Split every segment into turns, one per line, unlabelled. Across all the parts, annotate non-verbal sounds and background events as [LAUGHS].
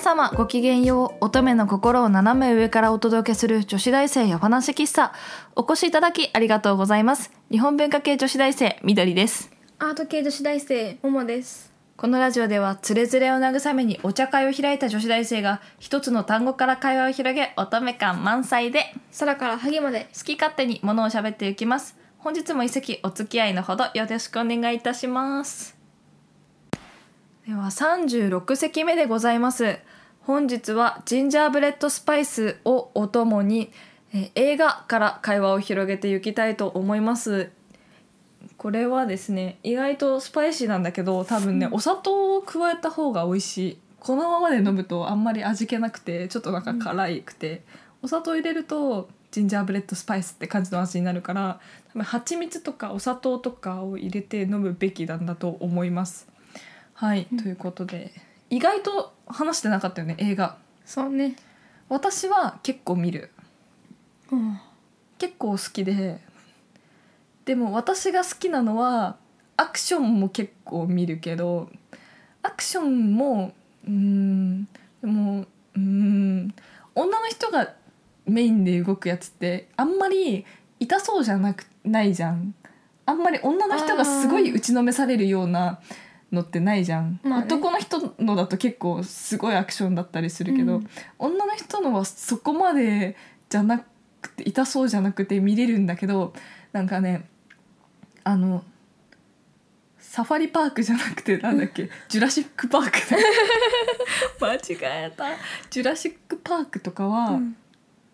様ごきげんよう乙女の心を斜め上からお届けする女子大生や話喫茶お越しいただきありがとうございます日本文化系女子大生みどりです
アート系女子大生ももです
このラジオではつれづれを慰めにお茶会を開いた女子大生が一つの単語から会話を広げ乙女感満載で
空から萩まで
好き勝手にものを喋っていきます本日も一席お付き合いのほどよろしくお願いいたしますでは36席目でございます本日はジンジャーブレッドスパイスをお供にえ映画から会話を広げていきたいと思いますこれはですね意外とスパイシーなんだけど多分ね、お砂糖を加えた方が美味しいこのままで飲むとあんまり味気なくてちょっとなんか辛いくて、お砂糖入れるとジンジャーブレッドスパイスって感じの味になるから多分蜂蜜とかお砂糖とかを入れて飲むべきなんだと思いますはい、ということで意外と話してなかったよね映画
そうね
私は結構見る
うん
結構好きででも私が好きなのはアクションも結構見るけどアクションもうーんでもうーん女の人がメインで動くやつってあんまり痛そうじゃなくないじゃんあんまり女の人がすごい打ちのめされるようなのってないじゃん、
まあね
男の人のだと結構すごいアクションだったりするけど、
うん
女の人のはそこまでじゃなくて痛そうじゃなくて見れるんだけどなんかねあのサファリパークじゃなくてなんだっけジュラシック・パークだ [LAUGHS] 間違えたジュラシック・パークとかは、
うん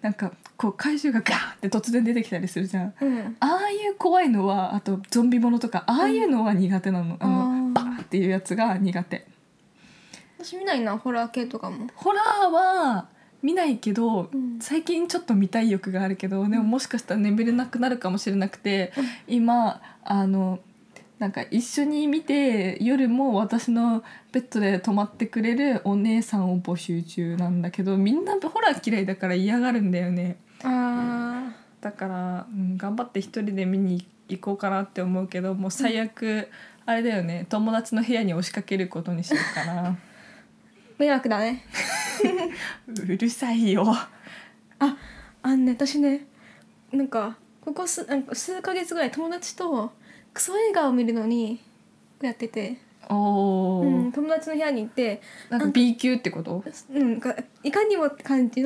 なんかこう怪獣がガーンって突然出てきたりするじゃん
うん
ああいう怖いのはあとゾンビものとかああいうのは苦手なの、あ
あー
のバーンっていうやつが苦手
私見ないなホラー系とかも
ホラーは見ないけど、
うん
最近ちょっと見たい欲があるけどでももしかしたら眠れなくなるかもしれなくて、今あのなんか一緒に見て夜も私のベッドで泊まってくれるお姉さんを募集中なんだけどみんなホラー嫌いだから嫌がるんだよね
あ
だから、うん、頑張って一人で見に行こうかなって思うけどもう最悪あれだよね友達の部屋に押しかけることにしようかな
ー迷惑だね
[LAUGHS] うるさいよ
ああのね私ねなんかここ数なんか数ヶ月ぐらい友達とクソ映画を見るのにやってて、
おー、
うん、友達の部屋に行って
なんか B 級ってこと
うんなんかいかにもって感じ
あ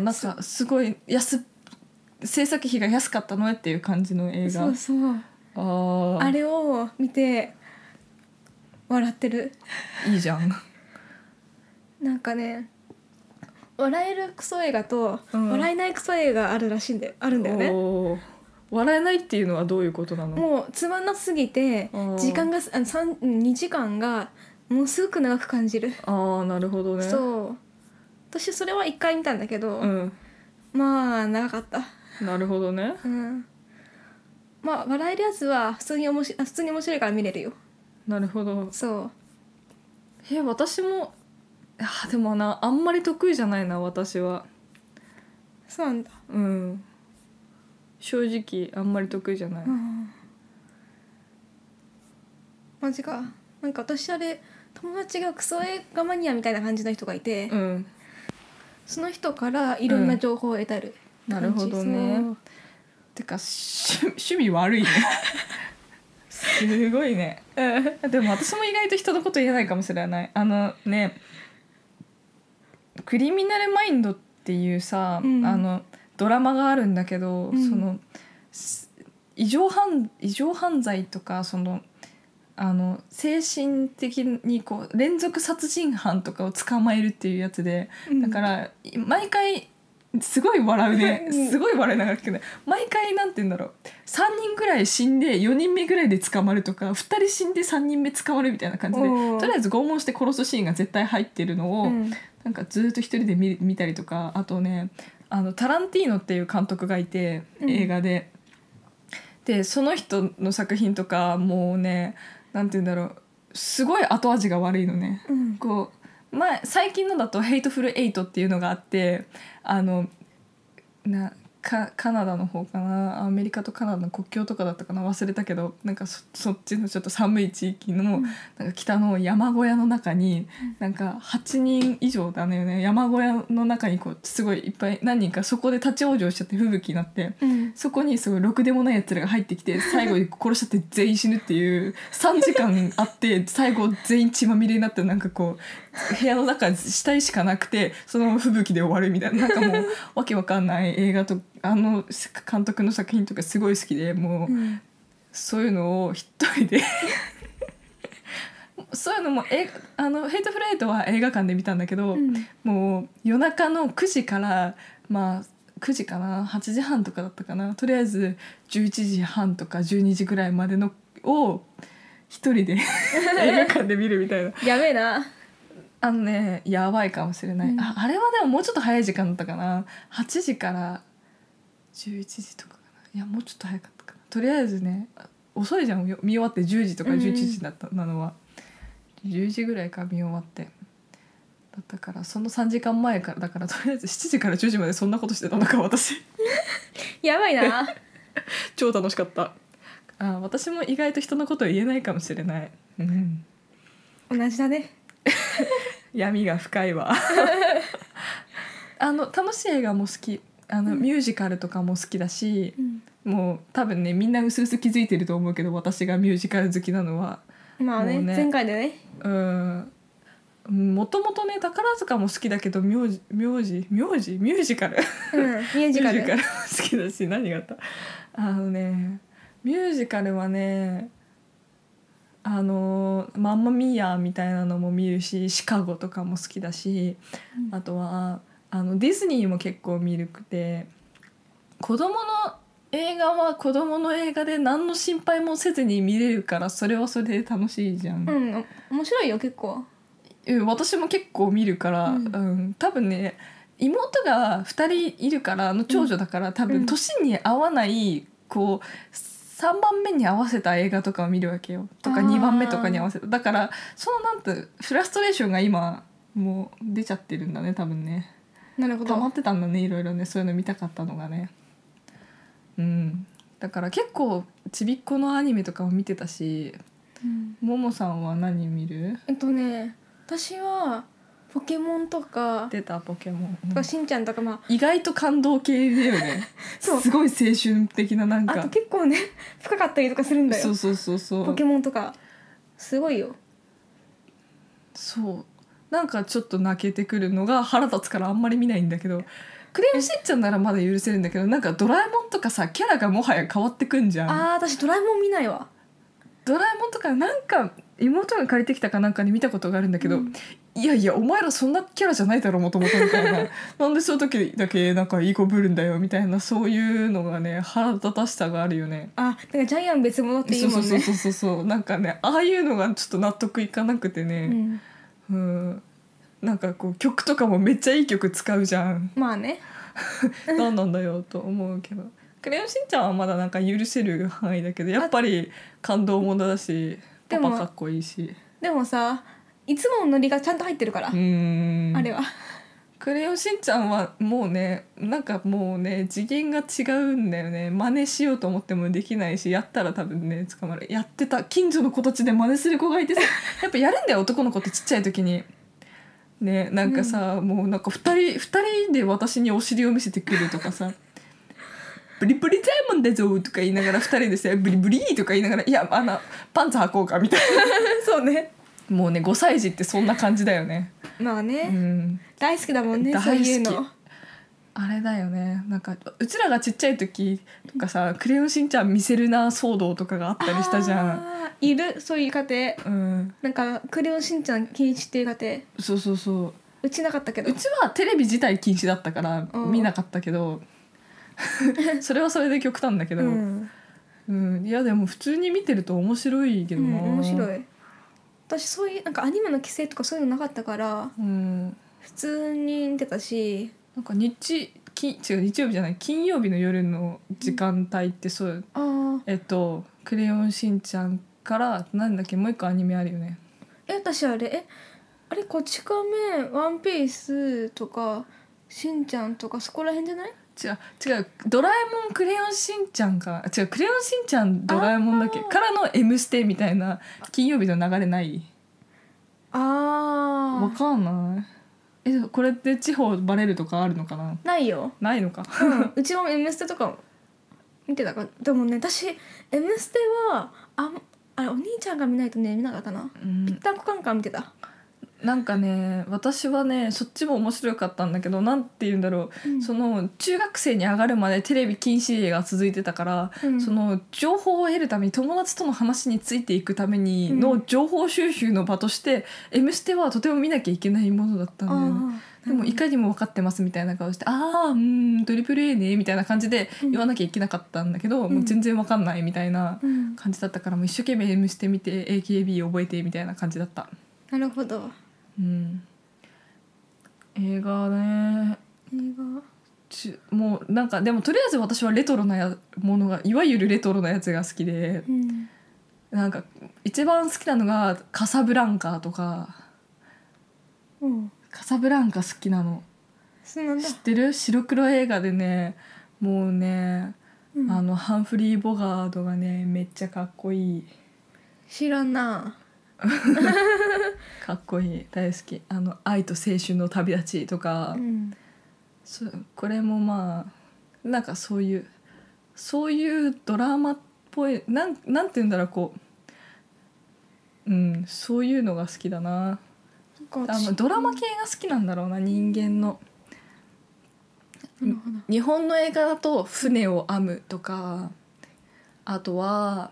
ーなんかすごい安っ制作費が安かったのっていう感じの映画
そうそう
あー
あれを見て笑ってる
いいじゃん
なんかね笑えるクソ映画と、
うん
笑えないクソ映画あるらしいんだよあるんだよね
おー笑えないっていうのはどういうことなの
もうつまんなすぎて
うん
時間がすあの三うん2時間がものすごく長く感じる、
ああなるほどね
そう私それは1回見たんだけど、
うん
まあ長かった
なるほどね
うんまあ笑えるやつは普通におもしあ普通に面白いから見れるよ
なるほど
そう
え私もあでもなあんまり得意じゃないな私は
そうなんだ、
うん正直あんまり得意じゃない、
うん、マジかなんか私あれ友達がクソ映画マニアみたいな感じの人がいて、
うん
その人からいろんな情報を得たる、
なるほどね
そう
てか趣趣味悪いねすごいねでも私も意外と人のこと言えないかもしれないあのね「クリミナルマインド」っていうさ、
うん
あのドラマがあるんだけど、
うん
そのす異常犯異常犯罪とかそのあの精神的にこう連続殺人犯とかを捕まえるっていうやつで、
うん
だからい毎回すごい笑うね
[LAUGHS] うん
すごい笑いながら聞くね毎回なんて言うんだろう3人ぐらい死んで4人目ぐらいで捕まるとか2人死んで3人目捕まるみたいな感じで
おー
とりあえず拷問して殺すシーンが絶対入ってるのを、
うん
なんかずっと一人で見見たりとかあとねあのタランティーノっていう監督がいて
うん
映画で、でその人の作品とかもうねなんて言うんだろうすごい後味が悪いのね。
うん
こう前最近のだと「ヘイトフルエイトっていうのがあってあのなかカナダの方かなアメリカとカナダの国境とかだったかな忘れたけどなんかそそっちのちょっと寒い地域の、
うん
なんか北の山小屋の中に、なんか8人以上だね山小屋の中にこうすごいいっぱい何人かそこで立ち往生しちゃって吹雪になって。
うん
[LAUGHS] そこにすごいろくでもないやつらが入ってきて最後に殺しちゃって全員死ぬっていう3時間あって最後全員血まみれになってなんかこう部屋の中死体しかなくてそのまま吹雪で終わるみたいななんかもうわけわかんない映画とあの監督の作品とかすごい好きでもう
うん
そういうのを一人
[LAUGHS]
でそういうのも映画あの「ヘイトフライト」は映画館で見たんだけど、
うん
もう夜中の9時からまあ9時かな8時半とかだったかなとりあえず11時半とか12時ぐらいまでのを一
[LAUGHS]
人で [LAUGHS] 映画館で見るみたいな
やべえな
あのねやばいかもしれない、
うん
ああれはでももうちょっと早い時間だったかな8時から11時とかかないやもうちょっと早かったかなとりあえずねあ遅いじゃんよ見終わって10時とか
うんうん
11時だったなのは、10時ぐらいから見終わってだったからその3時間前からだからとりあえず7時から10時までそんなことしてたのか私 [LAUGHS]
やばいな
超楽しかったあ私も意外と人のことを言えないかもしれない、うん、
[LAUGHS] 同じだね
闇が深いわ [LAUGHS] あの楽しい映画も好きあの、
うん
ミュージカルとかも好きだし
うん
もう多分ねみんなうすうす気づいてると思うけど私がミュージカル好きなのは
まあね
もうね
前回でね
うんもともとね宝塚も好きだけど名字名字名字ミュージカル
うんミュージカル
ミュージカルも好きだし何があったあのねミュージカルはねあの「マンマミーア」みたいなのも見るし「シカゴ」とかも好きだし
うん
あとはあのディズニーも結構見るくて子供の映画は子供の映画で何の心配もせずに見れるからそれはそれで楽しいじゃん。
うんお面白いよ結構
うん私も結構見るから、う
うんん
多分ね妹が2人いるからあの長女だから、多
う
分
ん
年に合わないこう3番目に合わせた映画とかを見るわけよとか
あー
2番目とかに合わせただからそのなんてフラストレーションが今もう出ちゃってるんだね多分ね
なるほ
溜ま
ど
ってたんだねいろいろねそういうの見たかったのがねうんだから結構ちびっこのアニメとかを見てたし
うん
ももさんは何見る
えっとね私はポケモンとか
出たポケモン、うん
とかしんちゃんとかま
意外と感動系だよね
[LAUGHS] そう
すごい青春的ななん
ああ
か
と結構ね [LAUGHS] 深かったりとかするんだ
そ
よ
うそうそうそ
ポ
う
ケモンとかすごいよ
そうなんかちょっと泣けてくるのが腹立つからあんまり見ないんだけどクレヨンしんちゃんならまだ許せるんだけどなんかドラえもんとかさキャラがもはや変わってくんじゃん
あー私ドラえもん見ないわ
ドラえもんとかなんか妹が借りてきたかなんかに見たことがあるんだけど、
うん
いやいやお前らそんなキャラじゃないだろもともとみたい
[LAUGHS]
ななんでその時だけなんかいい子ぶるんだよみたいなそういうのがね腹立たしさがあるよね。
あなんかジャイアン別物ってい
そうう
も
そうそう
んね
そうそうそうなんかねああいうのがちょっと納得いかなくて
う
ね、
ん
うん、なんかこう曲とかもめっちゃいい曲使うじゃん
まあね
何なんだよと思うけど「クレヨンしんちゃん」はまだなんか許せる範囲だけどやっぱり感動ものだし
で
パ
も
パかっこいいし
でもさいつものノリがちゃんと入ってるから
う、ーん
あれは [LAUGHS]
クレヨンしんちゃんはもうねなんかもうね次元が違うんだよね真似しようと思ってもできないしやったら多分ね捕まるやってた近所の子たちで真似する子がい [LAUGHS] てさやっぱやるんだよ男の子ってちっちゃい時に。ねなんかさ、もうなんか2人二人で私にお尻を見せてくるとか [LAUGHS] さ「ブリブリザイモンだぞ」とか言いながら2人でさ「ブリブリ」とか言いながら「いやあのパンツ履こうか」みたい
そうね
なもうね5歳児ってそんな感じだよね。
まあ
う
ね、
ん
大好きだもんね
大好
そう
き
いうの
あれだよねなんかうちらがちっちゃい時とかさ「クレヨンしんちゃん見せるな」騒動とかがあったりしたじゃん。
あーいるそういう家庭
うん、
なんかクレヨンしんちゃん禁止っていう家庭
そうそうそう
うちなかったけど
うちはテレビ自体禁止だったから
うん
見なかったけ
[LAUGHS]
どそれはそれで極端だけど、
う
うん
ん、
いやでも普通に見てると面白いけ
う
ど
ん、
な、
面白
い、
い私そういうなんかアニメの規制とかそういうのなかったから
うん、
普通に見てたし
なんか日き違う日曜日じゃない金曜日の夜の時間帯ってそう、
あー
えっと「クレヨンしんちゃん」からなんだっけもう一個アニメあるよね。
え私あれえあれこち亀ワンピースとかしんちゃんとかそこら辺じゃない
違う違う「ドラえもんクレヨンしんちゃんか」違う「クレヨンしんちゃんドラえもん」だっけ
あー
からの「M ステ」みたいな金曜日の流れないわ
ああ
かんないえこれって地方バレるとかあるのかな
ないよ、
ないのか
うん、
[LAUGHS]
うちも「M ステ」とか見てたからでもね私「M ステは」あんあれお兄ちゃんが見ないとね見なかったな
うん
ぴったんこカンカン見てた
なんかね私はねそっちも面白かったんだけどなんて言うんだろう、
うん
その中学生に上がるまでテレビ禁止令が続いてたから、
うん
その情報を得るために友達との話についていくために
う
の
ん
情報収集の場として「M ステ」はとても見なきゃいけないものだったんだよね。
あー
でもいかにも分かってますみたいな顔して「ああうんドリプル A ね」みたいな感じで
うん
言わなきゃいけなかったんだけど、
ん
もう全然分かんないみたいな
うん
感じだったからもう一生懸命 M してみて AKB 覚えてみたいな感じだった。
なるほど
うん、映画ね
映画
ちもうなんかでもとりあえず私はレトロなやものがいわゆるレトロなやつが好きで
うん
なんか一番好きなのが「カサブランカ」とか
うん
「カサブランカ」好きなの
そうなんだ
知ってる白黒映画でねもうね、
うん
あのハンフリー・ボガードがねめっちゃかっこいい
知らんな
かっこいい大好きあの「愛と青春の旅立ち」とか、
うん
そこれもまあなんかそういうそういうドラマっぽいなんなんて言うんだろうこううんそういうのが好きだな
なんか
あ
私
のドラマ系が好きなんだろうな人間の
なるほど
日本の映画だと「船を編む」とかあとは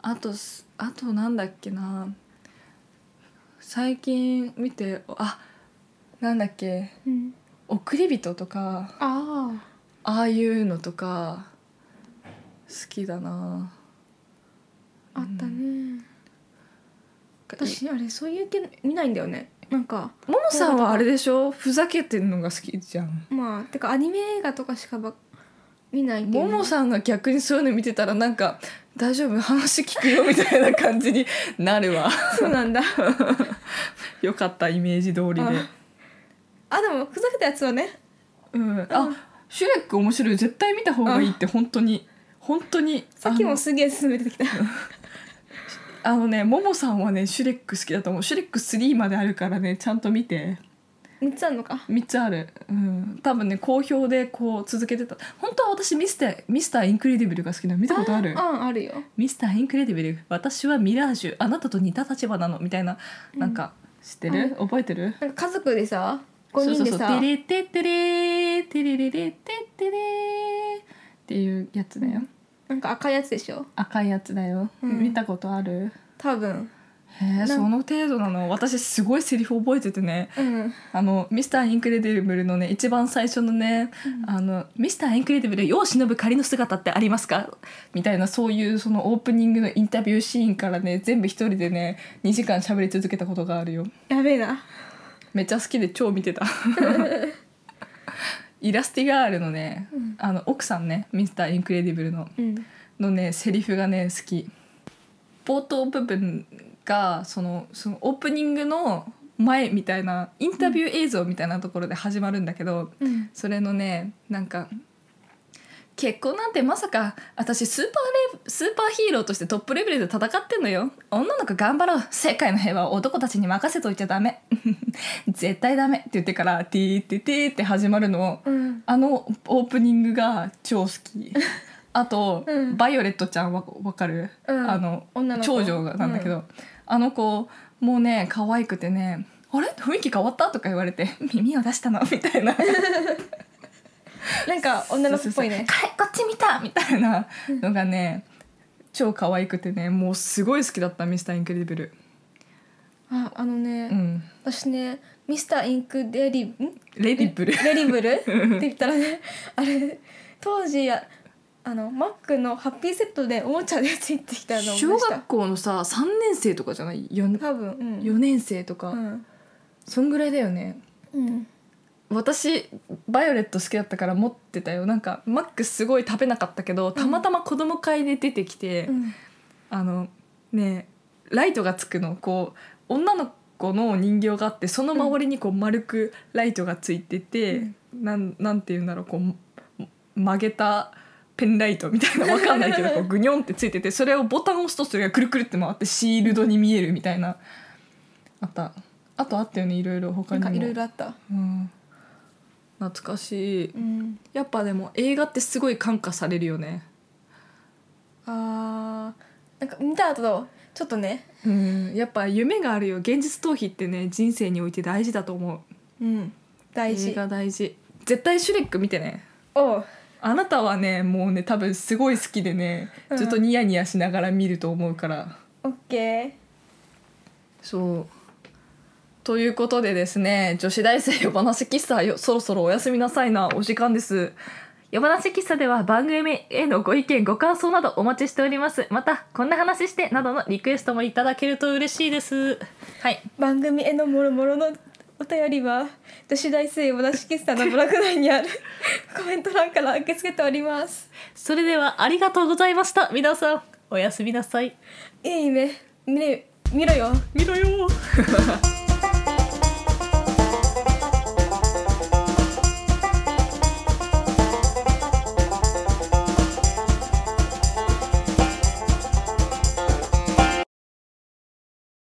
あとすあとなんだっけな最近見てあなんだっけ
うん
「送り人」とか
ああ
ああいうのとか好きだな
あったね私あれそういう系見ないんだよねなんか
ももさんはあれでしょふざけてんのが好きじゃん
まあてかアニメ映画とかしかば見ないっていう
も
の
もさんが逆にそういうの見てたらなんか「大丈夫話聞くよ」みたいな感じになるわ
そうなんだ
よかったイメージ通りで
ああでもふざけたやつはね
うんあシュレック面白い絶対見た方がいいって本当に本当に
さっき
あ
も
の
すげえ勧めてきた
あのねももさんはねシュレック好きだと思うシュレック3まであるからねちゃんと見て
3つあるのか
3つある、うん、多分ね好評でこう続けてた本当は私ミスターミスターインクレディブルが好きなの見たことある
うんあるよ
ミスターインクレディブル私はミラージュあなたと似た立場なのみたいななんか知ってる、覚えてる
なんか家族でさ5人で
そう
さ
そうそう「テレテテレテレレレテテレ」っていうやつだよ
なんか赤いやつでしょ
赤いやつだよ、
うん
見たことある
多分
へえ
ん
その程度なの私すごいセリフ覚えててね
うん
あのミスターインクレディブルのね一番最初のね、あのミスターインクレディブル世を忍ぶ仮の姿ってありますかみたいなそういうそのオープニングのインタビューシーンからね全部一人でね2時間喋り続けたことがあるよ
やべえな
めっちゃ好きで超見てたイラスティガールのね、
うん
あの奥さんねミスターインクレディブルの
うん
のねセリフがね好き冒頭部分がそのそのオープニングの前みたいなインタビュー映像みたいなところで始まるんだけど、
うん
それのねなんか結婚なんてまさか私スーパーレスーパーヒーローとしてトップレベルで戦ってんのよ女の子頑張ろう世界の平和を男たちに任せといちゃダメ [LAUGHS] 絶対ダメって言ってから「ティーティティーって始まるのを
うん
あのオープニングが超好きあと、
うん
バイオレットちゃんわわかる、
うん
あの
女の子
長女がなんだけど、あの子もうね可愛くてね「あれ雰囲気変わった?」とか言われて [LAUGHS] 「耳を出したの?」みたいな
なんか女の子っぽいね
そうそうそう彼こっち見た!」みたいなのがね、超可愛くてねもうすごい好きだったミスターインクレディブル、
ああのね、
うん、
私ねミスターインクデリブん
レディブル
レリ
[LAUGHS]
ブルって言ったらねあれ当時ああのマックのハッピーセットでおもちゃでついてきたのを思い
小
ました
学校のさ3年生とかじゃない 4,
多分うん
4年生とか、
うん
そんぐらいだよね
うん
私バイオレット好きだったから持ってたよなんかマックすごい食べなかったけどたまたま子供会で出てきて、
うん
あのねライトがつくのこう女の個の人形があってその周りにこう丸くライトがついてて、なんなんていうんだろうこう曲げたペンライトみたいなわかんないけど
[LAUGHS]
こうグニョンってついててそれをボタンを押すとそれがくるくるって回ってシールドに見えるみたいなあったあとあったよねいろいろ他
なん
にも
かいろいろあった、
うん、懐かしい
うん、
やっぱでも映画ってすごい感化されるよね
あーなんか見た後だちょっとね
うんやっぱ夢があるよ現実逃避ってね人生において大事だと思う
うん大
映
事
画大事絶対シュレック見てね
おう
あなたはねもうね多分すごい好きでね
うん
ちょっとニヤニヤしながら見ると思うから、
オッケ
そうということでですね女子大生夜話喫茶よそろそろお休みなさいなお時間です夜話喫茶では番組へのご意見ご感想などお待ちしておりますまたこんな話してなどのリクエストもいただけると嬉しいですはい
ー番組へのもろもろのお便りは女子大生和田式さんのブログ内に
[LAUGHS]
あるコメント欄から受け付けております
それではありがとうございました皆さんおやすみなさい
いい夢見れ見ろよ
見ろよ